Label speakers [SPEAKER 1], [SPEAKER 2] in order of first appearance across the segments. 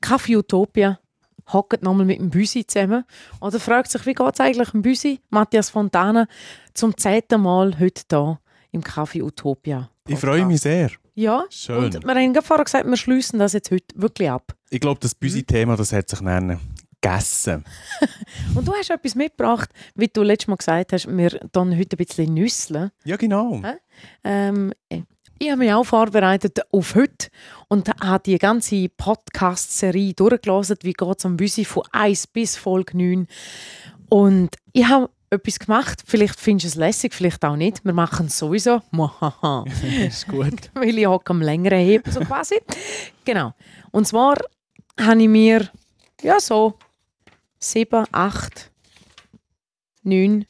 [SPEAKER 1] Kaffee Utopia hockt nochmal mit dem Büsi zusammen oder fragt sich, wie geht es eigentlich dem Büsi, Matthias Fontana, zum zehnten Mal heute hier im Kaffee Utopia.
[SPEAKER 2] Ich freue mich sehr.
[SPEAKER 1] Ja,
[SPEAKER 2] Schön.
[SPEAKER 1] und wir haben gerade vorher gesagt, wir schliessen das jetzt heute wirklich ab.
[SPEAKER 2] Ich glaube,
[SPEAKER 1] Mhm.
[SPEAKER 2] das Büsi-Thema, das hat sich dann gegessen.
[SPEAKER 1] Und du hast etwas mitgebracht, wie du letztes Mal gesagt hast, wir dann heute ein bisschen nüsseln.
[SPEAKER 2] Ja, genau.
[SPEAKER 1] Hä? Ähm, ich habe mich auch vorbereitet auf heute und habe die ganze Podcast-Serie durchgelesen, wie geht es am Büsi von 1 bis Folge 9. Und ich habe etwas gemacht, vielleicht findest du es lässig, vielleicht auch nicht. Wir machen es sowieso. Muhaha.
[SPEAKER 2] Ist gut.
[SPEAKER 1] weil ich hocke am längeren Hebel, so quasi. genau. Und zwar habe ich mir ja so sieben, acht, neun,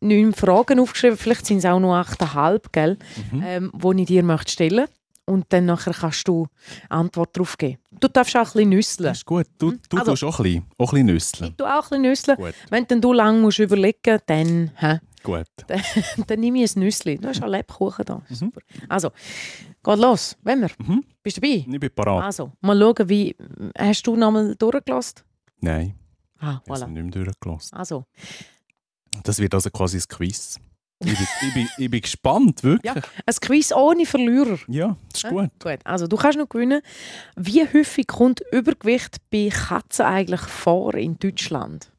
[SPEAKER 1] neun Fragen aufgeschrieben. Vielleicht sind es auch nur achteinhalb, gell?
[SPEAKER 2] Mhm.
[SPEAKER 1] Ähm, wo ich dir möchte stellen und dann nachher kannst du Antwort drauf geben. Du darfst auch ein bisschen nüsseln.
[SPEAKER 2] Ist gut. Du, du
[SPEAKER 1] Also-
[SPEAKER 2] tust auch ein bisschen, auch ein bisschen
[SPEAKER 1] Ich
[SPEAKER 2] nüsseln.
[SPEAKER 1] tu auch ein bisschen nüsseln.
[SPEAKER 2] Gut,
[SPEAKER 1] Wenn dann du lange musst überlegen musst, dann, hä?
[SPEAKER 2] gut.
[SPEAKER 1] dann nehme ich ein Nüssli. Du hast auch Lebkuchen da.
[SPEAKER 2] Mhm.
[SPEAKER 1] Super. Also, geht los. Wenn wir.
[SPEAKER 2] Mhm.
[SPEAKER 1] Bist du dabei?
[SPEAKER 2] Ich bin parat.
[SPEAKER 1] Also, mal schauen, wie. Hast du nochmal durchgelost?
[SPEAKER 2] Nein,
[SPEAKER 1] Ah,
[SPEAKER 2] ich habe
[SPEAKER 1] voilà.
[SPEAKER 2] nicht mehr durchgelassen.
[SPEAKER 1] Also,
[SPEAKER 2] Das wird also quasi ein Quiz. Ich bin, ich bin, ich bin gespannt, wirklich.
[SPEAKER 1] ein Quiz ohne Verlierer.
[SPEAKER 2] Ja, das ist
[SPEAKER 1] Ja.
[SPEAKER 2] gut.
[SPEAKER 1] Gut, also du kannst noch gewinnen. Wie häufig kommt Übergewicht bei Katzen eigentlich vor in Deutschland?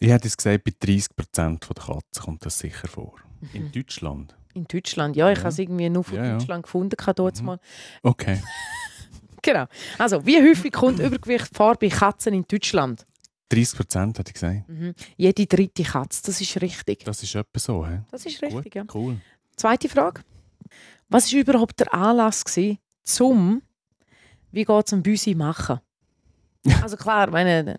[SPEAKER 2] Ich hätte es gesagt, bei 30% der Katzen kommt das sicher vor.
[SPEAKER 1] Mhm.
[SPEAKER 2] In Deutschland.
[SPEAKER 1] In Deutschland, ja, ich
[SPEAKER 2] Ja.
[SPEAKER 1] habe es irgendwie nur von
[SPEAKER 2] Ja, ja.
[SPEAKER 1] Deutschland gefunden, kann dort
[SPEAKER 2] Mhm.
[SPEAKER 1] mal.
[SPEAKER 2] Okay.
[SPEAKER 1] Genau. Also, wie häufig kommt Übergewicht vor bei Katzen in Deutschland?
[SPEAKER 2] 30% hätte ich gesagt.
[SPEAKER 1] Mhm. Jede dritte Katze, das ist richtig.
[SPEAKER 2] Das ist etwa so, hä?
[SPEAKER 1] Das ist richtig, ja.
[SPEAKER 2] Gut, cool.
[SPEAKER 1] Zweite Frage. Was war überhaupt der Anlass gewesen, zum «Wie geht es am Büsi machen?» Also klar, meine,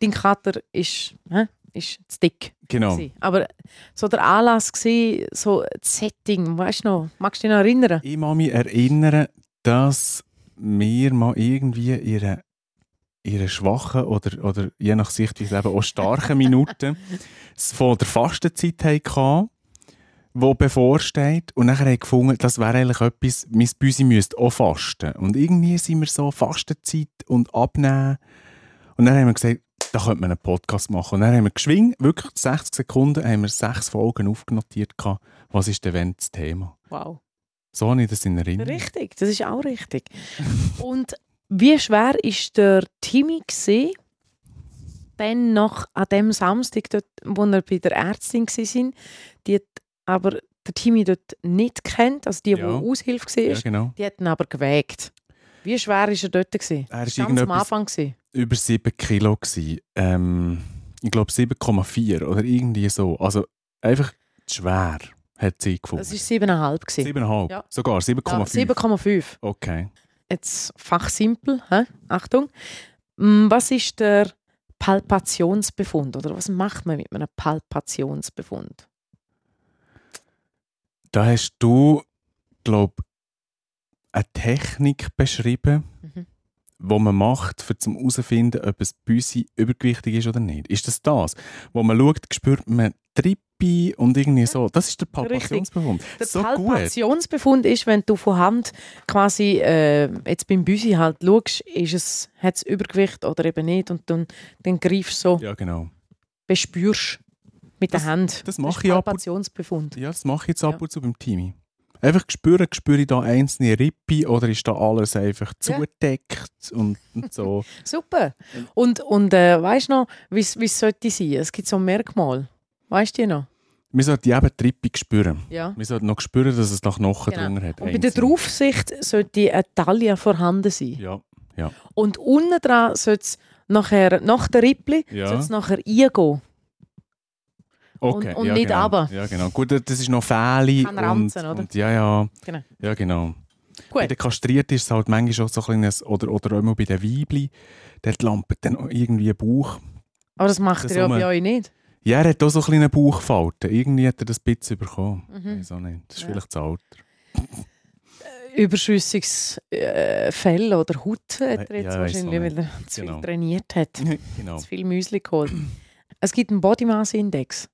[SPEAKER 1] dein Kater ist, hä, ist zu dick.
[SPEAKER 2] Genau.
[SPEAKER 1] gewesen. Aber so der Anlass war, so das Setting, weißt du noch, magst du dich noch erinnern?
[SPEAKER 2] Ich muss mich erinnern, dass wir mal irgendwie ihre, ihre schwachen oder, oder je nach Sichtweise eben auch starken Minuten s- von der Fastenzeit hatten, die bevorsteht. Und nachher haben wir gefunden, das wäre eigentlich etwas, mein Büsi müsste auch fasten. Und irgendwie sind wir so Fastenzeit und Abnehmen. Und dann haben wir gesagt, da könnte man einen Podcast machen. Und dann haben wir geschwingt, wirklich 60 Sekunden, haben wir sechs Folgen aufgenotiert. gehabt. Was ist denn wenn das Thema?
[SPEAKER 1] Wow.
[SPEAKER 2] So habe ich das in Erinnerung.
[SPEAKER 1] Richtig, das ist auch richtig. Und wie schwer war der Timmy gewesen, dann noch an dem Samstag, dort, wo wir bei der Ärztin waren, die hat aber der Timmy dort nicht kennt, also die,
[SPEAKER 2] Ja.
[SPEAKER 1] die Aushilfe
[SPEAKER 2] Ja,
[SPEAKER 1] war,
[SPEAKER 2] genau.
[SPEAKER 1] die hat ihn aber gewägt. Wie schwer war er dort? Gewesen?
[SPEAKER 2] Er ist
[SPEAKER 1] Ganz am
[SPEAKER 2] irgendetwas
[SPEAKER 1] Anfang. Gewesen.
[SPEAKER 2] über 7 Kilo. Gewesen. Ähm, ich glaube 7,4 oder irgendwie so. Also einfach schwer hat sie gefunden.
[SPEAKER 1] Das war 7,5. gewesen.
[SPEAKER 2] 7,5.
[SPEAKER 1] Ja.
[SPEAKER 2] Sogar
[SPEAKER 1] Ja,
[SPEAKER 2] 7,5.
[SPEAKER 1] 7,5.
[SPEAKER 2] okay.
[SPEAKER 1] Jetzt fachsimpel, hä? Achtung. Mm, Was ist der Palpationsbefund oder was macht man mit einem Palpationsbefund?
[SPEAKER 2] Da hast du, glaube eine Technik beschrieben,
[SPEAKER 1] Mhm.
[SPEAKER 2] die man macht, um zum herauszufinden, ob ein Büsi übergewichtig ist oder nicht. Ist das das? Wo man schaut, spürt man Trippi und irgendwie so. Das ist der Palpationsbefund.
[SPEAKER 1] Der
[SPEAKER 2] So gut.
[SPEAKER 1] Palpationsbefund ist, wenn du von Hand quasi äh, jetzt beim Büsi halt schaust, ist es, hat es Übergewicht oder eben nicht und dann, dann greifst du so,
[SPEAKER 2] Ja, genau.
[SPEAKER 1] bespürst mit
[SPEAKER 2] Das-
[SPEAKER 1] der Hand.
[SPEAKER 2] das
[SPEAKER 1] ist
[SPEAKER 2] mache ich ab und-
[SPEAKER 1] Palpationsbefund.
[SPEAKER 2] Ja, das mache ich jetzt
[SPEAKER 1] Ja.
[SPEAKER 2] ab und zu beim Team. Einfach spüren, spüre ich da einzelne Rippe oder ist da alles einfach
[SPEAKER 1] Ja.
[SPEAKER 2] zugedeckt und, und so.
[SPEAKER 1] Super. Und, und äh, weißt du noch, wie es sollte sein? Es gibt so ein Merkmal. Weißt du die noch?
[SPEAKER 2] Wir sollten eben die Rippe spüren.
[SPEAKER 1] Ja.
[SPEAKER 2] Wir sollten noch spüren, dass es nach Knochen
[SPEAKER 1] Genau.
[SPEAKER 2] drunter hat.
[SPEAKER 1] Und bei der
[SPEAKER 2] einzeln.
[SPEAKER 1] Draufsicht sollte eine Taille vorhanden sein.
[SPEAKER 2] Ja,
[SPEAKER 1] Und unten dran sollte es nachher, nach der Rippli,
[SPEAKER 2] Ja.
[SPEAKER 1] soll's nachher eingehen.
[SPEAKER 2] okay.
[SPEAKER 1] Und- und
[SPEAKER 2] ja,
[SPEAKER 1] nicht
[SPEAKER 2] genau.
[SPEAKER 1] runter.
[SPEAKER 2] Ja, genau. Gut, das ist noch Fähle.
[SPEAKER 1] Kann ranzen,
[SPEAKER 2] und,
[SPEAKER 1] oder?
[SPEAKER 2] Und, ja, ja.
[SPEAKER 1] Genau.
[SPEAKER 2] Ja, genau. Bei
[SPEAKER 1] Gut.
[SPEAKER 2] den Kastrierten ist es halt manchmal auch so ein kleines, oder, oder auch immer bei den Weibli, dort lampen dann auch irgendwie ein Bauch.
[SPEAKER 1] Aber das macht
[SPEAKER 2] Das
[SPEAKER 1] ihr ja
[SPEAKER 2] Summe-
[SPEAKER 1] bei euch nicht.
[SPEAKER 2] Ja, er hat auch so ein kleines Bauchfalten. Irgendwie hat er das bisschen bekommen.
[SPEAKER 1] Mhm.
[SPEAKER 2] Weiß auch nicht. Das ist
[SPEAKER 1] Ja.
[SPEAKER 2] vielleicht das Alter.
[SPEAKER 1] Überschüssiges äh, Fell oder Haut hat er
[SPEAKER 2] Ja,
[SPEAKER 1] jetzt
[SPEAKER 2] ich weiss
[SPEAKER 1] wahrscheinlich,
[SPEAKER 2] auch
[SPEAKER 1] weil er zu
[SPEAKER 2] Genau.
[SPEAKER 1] viel trainiert hat,
[SPEAKER 2] genau.
[SPEAKER 1] zu viel Müsli geholt. es gibt einen Body Mass Index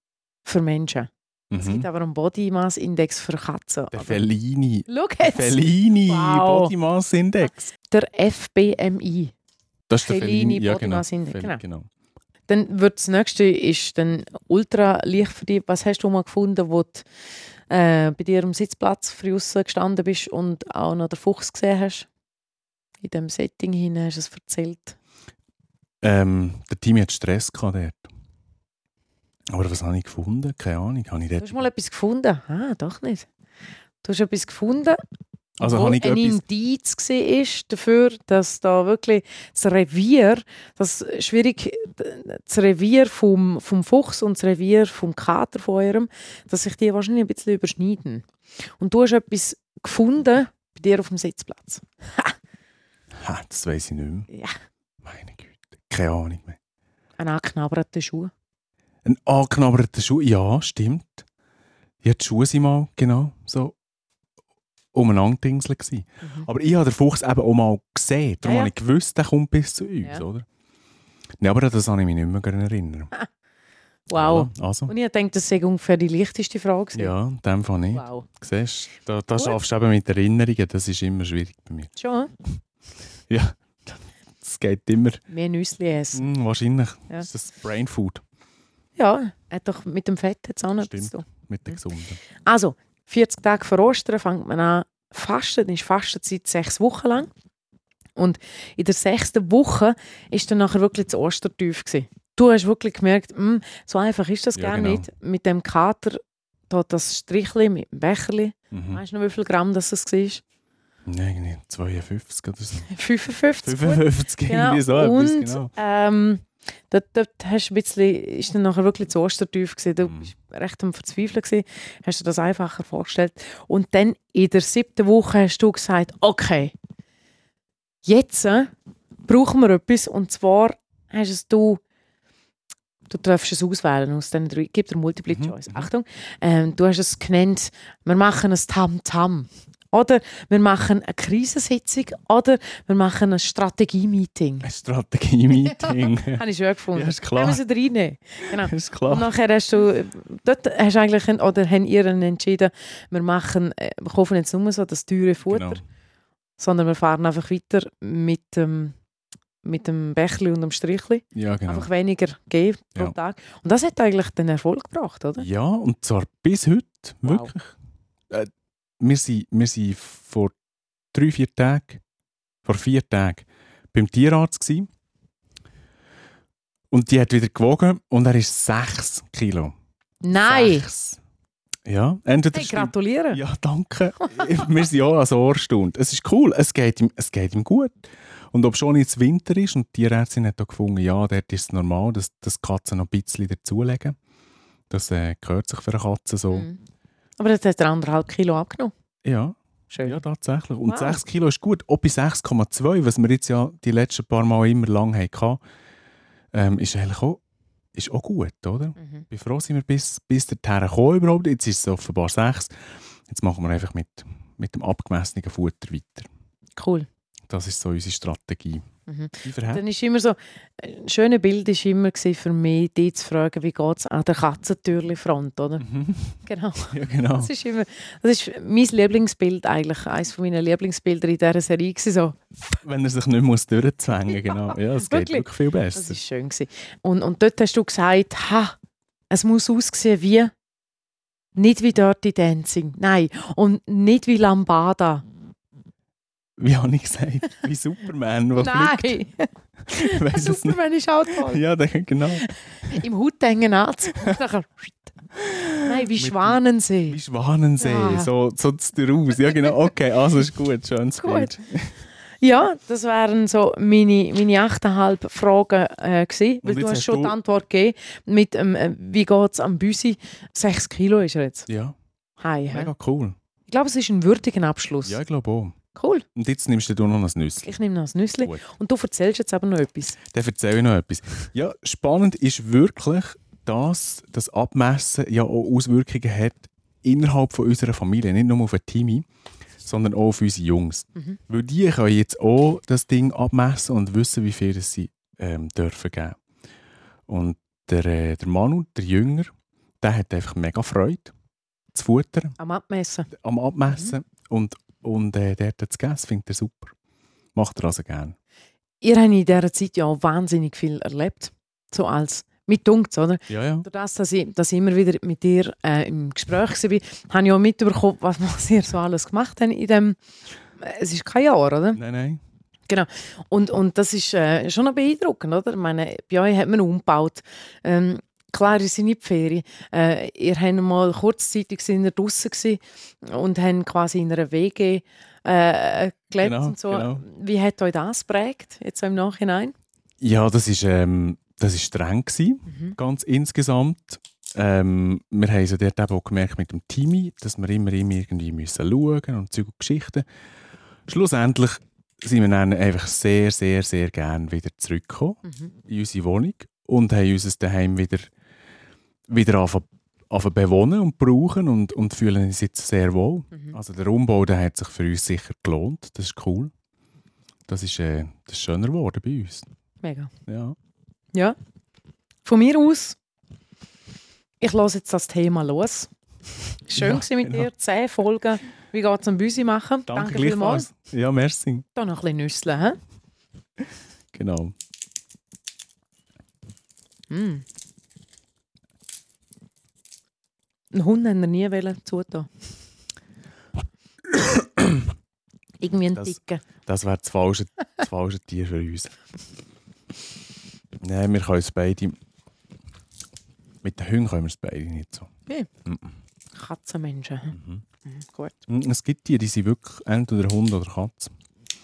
[SPEAKER 1] für Menschen. Es gibt aber einen Body Mass Index für Katzen.
[SPEAKER 2] Mhm. Der
[SPEAKER 1] Aber-
[SPEAKER 2] Fellini.
[SPEAKER 1] Schau jetzt,
[SPEAKER 2] Fellini
[SPEAKER 1] Wow.
[SPEAKER 2] Body Mass Index.
[SPEAKER 1] der FBMI.
[SPEAKER 2] Das ist der
[SPEAKER 1] Fellini
[SPEAKER 2] Fellini, ja
[SPEAKER 1] Body
[SPEAKER 2] genau.
[SPEAKER 1] Mass Index,
[SPEAKER 2] Fell-
[SPEAKER 1] genau.
[SPEAKER 2] genau.
[SPEAKER 1] Dann wird das nächste ist dann Ultralicht für dich. Was hast du mal gefunden, wo du äh, bei dir am Sitzplatz früh aussen gestanden bist und auch noch den Fuchs gesehen hast? In dem Setting hinein hast du es erzählt.
[SPEAKER 2] Ähm, der Team hat Stress gehabt dort. Aber was habe ich gefunden? Keine Ahnung. Habe ich
[SPEAKER 1] Du
[SPEAKER 2] dort
[SPEAKER 1] hast mal etwas gefunden? Ah, doch nicht. Du hast etwas gefunden,
[SPEAKER 2] also
[SPEAKER 1] wo
[SPEAKER 2] habe ich
[SPEAKER 1] ein
[SPEAKER 2] etwas...
[SPEAKER 1] Indiz war dafür, dass da wirklich das Revier, das schwierig, das Revier vom, vom Fuchs und das Revier vom Kater von eurem, dass sich die wahrscheinlich ein bisschen überschneiden. Und du hast etwas gefunden bei dir auf dem Sitzplatz.
[SPEAKER 2] Ha, das weiß ich nicht mehr.
[SPEAKER 1] Ja.
[SPEAKER 2] Meine Güte. Keine Ahnung mehr.
[SPEAKER 1] Ein angeknabberter Schuh.
[SPEAKER 2] Ein angeknabberter Schuh. Ja, stimmt. Ja, die Schuhe sind mal genau so umeinander dingseln gewesen. Aber ich habe den Fuchs eben auch mal gesehen. Darum
[SPEAKER 1] Mhm. Ah, Ja, ja.
[SPEAKER 2] habe ich gewusst, der kommt bis zu uns,
[SPEAKER 1] Ja.
[SPEAKER 2] oder? Ja, aber an das kann ich mich nicht mehr gerne erinnern.
[SPEAKER 1] Wow.
[SPEAKER 2] Voilà, Also,
[SPEAKER 1] Und ich denke, das sei ungefähr die leichteste Frage. gewesen.
[SPEAKER 2] ja, in dem Fall nicht.
[SPEAKER 1] Wow.
[SPEAKER 2] Siehst du, da, da
[SPEAKER 1] Gut.
[SPEAKER 2] schaffst du eben mit Erinnerungen. Das ist immer schwierig bei mir.
[SPEAKER 1] Schon, hä?
[SPEAKER 2] Es geht immer.
[SPEAKER 1] mehr Nüsse essen.
[SPEAKER 2] Hm, wahrscheinlich.
[SPEAKER 1] Ja.
[SPEAKER 2] Das ist das Brain Food
[SPEAKER 1] Ja, hat doch mit dem Fett jetzt auch nichts zu tun.
[SPEAKER 2] Stimmt. mit den
[SPEAKER 1] Mhm.
[SPEAKER 2] Gesunden.
[SPEAKER 1] Also, 40 Tage vor Ostern fängt man an fasten. Dann ist Fastenzeit sechs Wochen lang. Und in der sechsten Woche ist dann nachher wirklich das Ostertief. Gewesen. Du hast wirklich gemerkt, «Hm, so einfach ist das
[SPEAKER 2] Ja,
[SPEAKER 1] gar
[SPEAKER 2] genau.
[SPEAKER 1] nicht. Mit dem Kater, da das Strichli mit dem Becherli.
[SPEAKER 2] Mhm.
[SPEAKER 1] Weißt du noch, wie viel Gramm das es war?
[SPEAKER 2] Nein, irgendwie 52 oder so.
[SPEAKER 1] 55. gut.
[SPEAKER 2] 55 irgendwie so etwas,
[SPEAKER 1] Und
[SPEAKER 2] genau.
[SPEAKER 1] ähm, dort, dort hast du ein bisschen, ist dann nachher wirklich zu Ostertief gewesen. Du
[SPEAKER 2] Mhm.
[SPEAKER 1] bist recht am Verzweifeln gewesen. Hast du das einfacher vorgestellt. Und dann in der siebten Woche hast du gesagt, okay, jetzt äh, brauchen wir etwas. Und zwar hast es du, du darfst es auswählen aus diesen drei, gib dir Multiple
[SPEAKER 2] Mhm,
[SPEAKER 1] Choice.
[SPEAKER 2] mhm.
[SPEAKER 1] Achtung, ähm, du hast es genannt, wir machen ein Tam-Tam. Oder wir machen eine Krisensitzung oder wir machen ein Strategie-Meeting.
[SPEAKER 2] Ein Strategie-Meeting. Ja.
[SPEAKER 1] Habe ich schön gefunden.
[SPEAKER 2] Ja, ist klar.
[SPEAKER 1] Haben wir sie reinnehmen. Genau.
[SPEAKER 2] ist
[SPEAKER 1] Und
[SPEAKER 2] klar.
[SPEAKER 1] nachher hast du, äh, dort hast du eigentlich, einen- oder haben ihr dann entschieden, wir machen, äh, wir kaufen jetzt nur so das teure Futter,
[SPEAKER 2] Genau.
[SPEAKER 1] sondern wir fahren einfach weiter mit dem, mit dem Bächli und dem Strichli.
[SPEAKER 2] Ja, genau.
[SPEAKER 1] Einfach weniger geben pro
[SPEAKER 2] Ja.
[SPEAKER 1] Tag. Und das hat eigentlich den Erfolg gebracht, oder?
[SPEAKER 2] Ja, und zwar bis heute,
[SPEAKER 1] Wow.
[SPEAKER 2] wirklich. Äh, wir, sind, wir sind vor drei, vier Tagen, vor vier Tagen beim Tierarzt gewesen. Und die hat wieder gewogen und er ist sechs Kilo.
[SPEAKER 1] Nein!
[SPEAKER 2] Sechs. Ja, entweder
[SPEAKER 1] Hey,
[SPEAKER 2] stimmt-
[SPEAKER 1] gratuliere!
[SPEAKER 2] Ja, danke. Wir sind ja auch an Ohrstunde. Es ist cool, es geht ihm, es geht ihm gut. Und ob schon jetzt Winter ist und die Tierärztin hat auch gefunden, ja, dort ist es normal, dass, dass Katzen noch ein bisschen dazulegen. Das äh, gehört sich für eine Katze so.
[SPEAKER 1] Mhm. Aber jetzt hat er anderthalb Kilo abgenommen.
[SPEAKER 2] Ja,
[SPEAKER 1] Schön.
[SPEAKER 2] ja, tatsächlich. Und
[SPEAKER 1] Wow.
[SPEAKER 2] 6 Kilo ist gut. Ob bei 6,2, was wir jetzt ja die letzten paar Mal immer lang hatten, ähm, ist eigentlich auch, ist auch gut, oder?
[SPEAKER 1] Mhm.
[SPEAKER 2] Ich bin froh, sind wir bis, bis dorthin gekommen überhaupt. Jetzt ist es offenbar 6. Jetzt machen wir einfach mit, mit dem abgemessenen Futter weiter.
[SPEAKER 1] Cool.
[SPEAKER 2] Das ist so unsere Strategie.
[SPEAKER 1] Mhm.
[SPEAKER 2] Die verhält-
[SPEAKER 1] Dann ist immer so, ein schönes Bild war immer gewesen für mich, die zu fragen, wie geht es an der Katzentürli-Front, oder?
[SPEAKER 2] Mhm.
[SPEAKER 1] Genau.
[SPEAKER 2] ja, genau.
[SPEAKER 1] Das ist immer, das ist mein Lieblingsbild eigentlich, eines meiner Lieblingsbilder in dieser Serie gewesen, so.
[SPEAKER 2] Wenn er sich nicht muss durchzwängen muss. Genau. Ja, es geht
[SPEAKER 1] wirklich.
[SPEAKER 2] wirklich viel
[SPEAKER 1] Das
[SPEAKER 2] besser.
[SPEAKER 1] war schön. Gewesen. Und, und dort hast du gesagt, ha, es muss aussehen wie, nicht wie Dirty Dancing, nein, und nicht wie Lambada.
[SPEAKER 2] Wie habe ich gesagt? Wie Superman, der fliegt.
[SPEAKER 1] Nein,
[SPEAKER 2] Ich weiss es nicht.
[SPEAKER 1] Superman ist auch toll.
[SPEAKER 2] Ja, der- genau.
[SPEAKER 1] Im Hut hängen Anzug. nachher- Nein, wie
[SPEAKER 2] Mit-
[SPEAKER 1] Schwanensee.
[SPEAKER 2] Wie Schwanensee.
[SPEAKER 1] Ja.
[SPEAKER 2] So, so raus. Ja, genau. Okay, also ist gut. Schönes
[SPEAKER 1] Gut.
[SPEAKER 2] Bild.
[SPEAKER 1] Ja, das wären so meine, meine 8,5 Fragen äh, gewesen. Weil
[SPEAKER 2] Und
[SPEAKER 1] du
[SPEAKER 2] jetzt
[SPEAKER 1] hast
[SPEAKER 2] hast
[SPEAKER 1] schon die
[SPEAKER 2] du-
[SPEAKER 1] Antwort gegeben mit ähm, äh, «Wie geht es am Büsi?» 6 Kilo ist er jetzt.
[SPEAKER 2] Ja,
[SPEAKER 1] Hi, hä?
[SPEAKER 2] mega cool.
[SPEAKER 1] Ich glaube, es ist ein würdiger Abschluss.
[SPEAKER 2] Ja, ich glaube auch.
[SPEAKER 1] Cool,
[SPEAKER 2] Und jetzt nimmst du noch ein Nüssli.
[SPEAKER 1] ich nehme noch ein Nüssli.
[SPEAKER 2] Gut.
[SPEAKER 1] Und du erzählst jetzt aber noch etwas.
[SPEAKER 2] Dann erzähle ich noch etwas. Ja, spannend ist wirklich, dass das Abmessen ja auch Auswirkungen hat innerhalb von unserer Familie. Nicht nur auf den Timmy, sondern auch auf unsere Jungs.
[SPEAKER 1] Mhm.
[SPEAKER 2] Weil die können jetzt auch das Ding abmessen und wissen, wie viel das sie ähm, dürfen geben. Und der, äh, der Manu, der Jünger, der hat einfach mega Freude. zu futtern,
[SPEAKER 1] Am Abmessen.
[SPEAKER 2] am Abmessen und, und äh, dort zu essen, findet er super. Macht er also gerne.
[SPEAKER 1] Ihr habt in dieser Zeit ja auch wahnsinnig viel erlebt. So als mit Dunkt, oder?
[SPEAKER 2] Ja, ja.
[SPEAKER 1] Durch das, dass ich, dass ich immer wieder mit dir äh, im Gespräch war, habe ich auch mitbekommen, was, was ihr so alles gemacht habt in dem. äh, Es ist kein Jahr, oder?
[SPEAKER 2] Nein, nein.
[SPEAKER 1] Und, und das ist äh, schon noch beeindruckend, oder? Ich meine, bei euch hat man umgebaut. Ähm, klar, ihr seid nicht die Ferien. Äh, ihr habt mal kurzzeitig sind ihr draussen gewesen und habt quasi in einer WG äh, gelebt
[SPEAKER 2] Genau,
[SPEAKER 1] und so.
[SPEAKER 2] genau.
[SPEAKER 1] Wie hat euch das geprägt, jetzt so im Nachhinein?
[SPEAKER 2] Ja, das ist, ähm, das ist streng gewesen,
[SPEAKER 1] Mhm.
[SPEAKER 2] ganz insgesamt. Ähm, wir haben so dort eben auch gemerkt mit dem Team, dass wir immer, immer irgendwie müssen schauen und Zeug und Geschichten. Schlussendlich sind wir dann einfach sehr, sehr, sehr gerne wieder zurückgekommen.
[SPEAKER 1] Mhm.
[SPEAKER 2] in unsere Wohnung und haben unser Daheim wieder, wieder anfangen, anfangen bewohnen und brauchen und, und fühlen uns jetzt sehr wohl.
[SPEAKER 1] Mhm.
[SPEAKER 2] Also der Umbau der hat sich für uns sicher gelohnt. Das ist cool. Das ist, äh, das ist schöner geworden bei uns.
[SPEAKER 1] Mega.
[SPEAKER 2] Ja.
[SPEAKER 1] Ja. Von mir aus, ich lasse jetzt das Thema los. Schön
[SPEAKER 2] Ja,
[SPEAKER 1] ja, mit
[SPEAKER 2] genau.
[SPEAKER 1] dir, zehn Folgen. Wie geht es am Büsi machen?
[SPEAKER 2] gleichfalls. Ja, merci.
[SPEAKER 1] Da noch ein bisschen Nüsseln. He?
[SPEAKER 2] Genau.
[SPEAKER 1] Mm. Einen Hund haben wir nie wollen zutun. Irgendwie einen
[SPEAKER 2] Das-
[SPEAKER 1] dicken.
[SPEAKER 2] Das wäre das falsche, das falsche Tier für uns. Nein, wir können es beide... Mit den Hunden können wir es beide nicht so.
[SPEAKER 1] Katzenmenschen. he?
[SPEAKER 2] Mhm.
[SPEAKER 1] Mhm, Gut.
[SPEAKER 2] Es gibt Tiere, die sind wirklich entweder Hund oder Katze.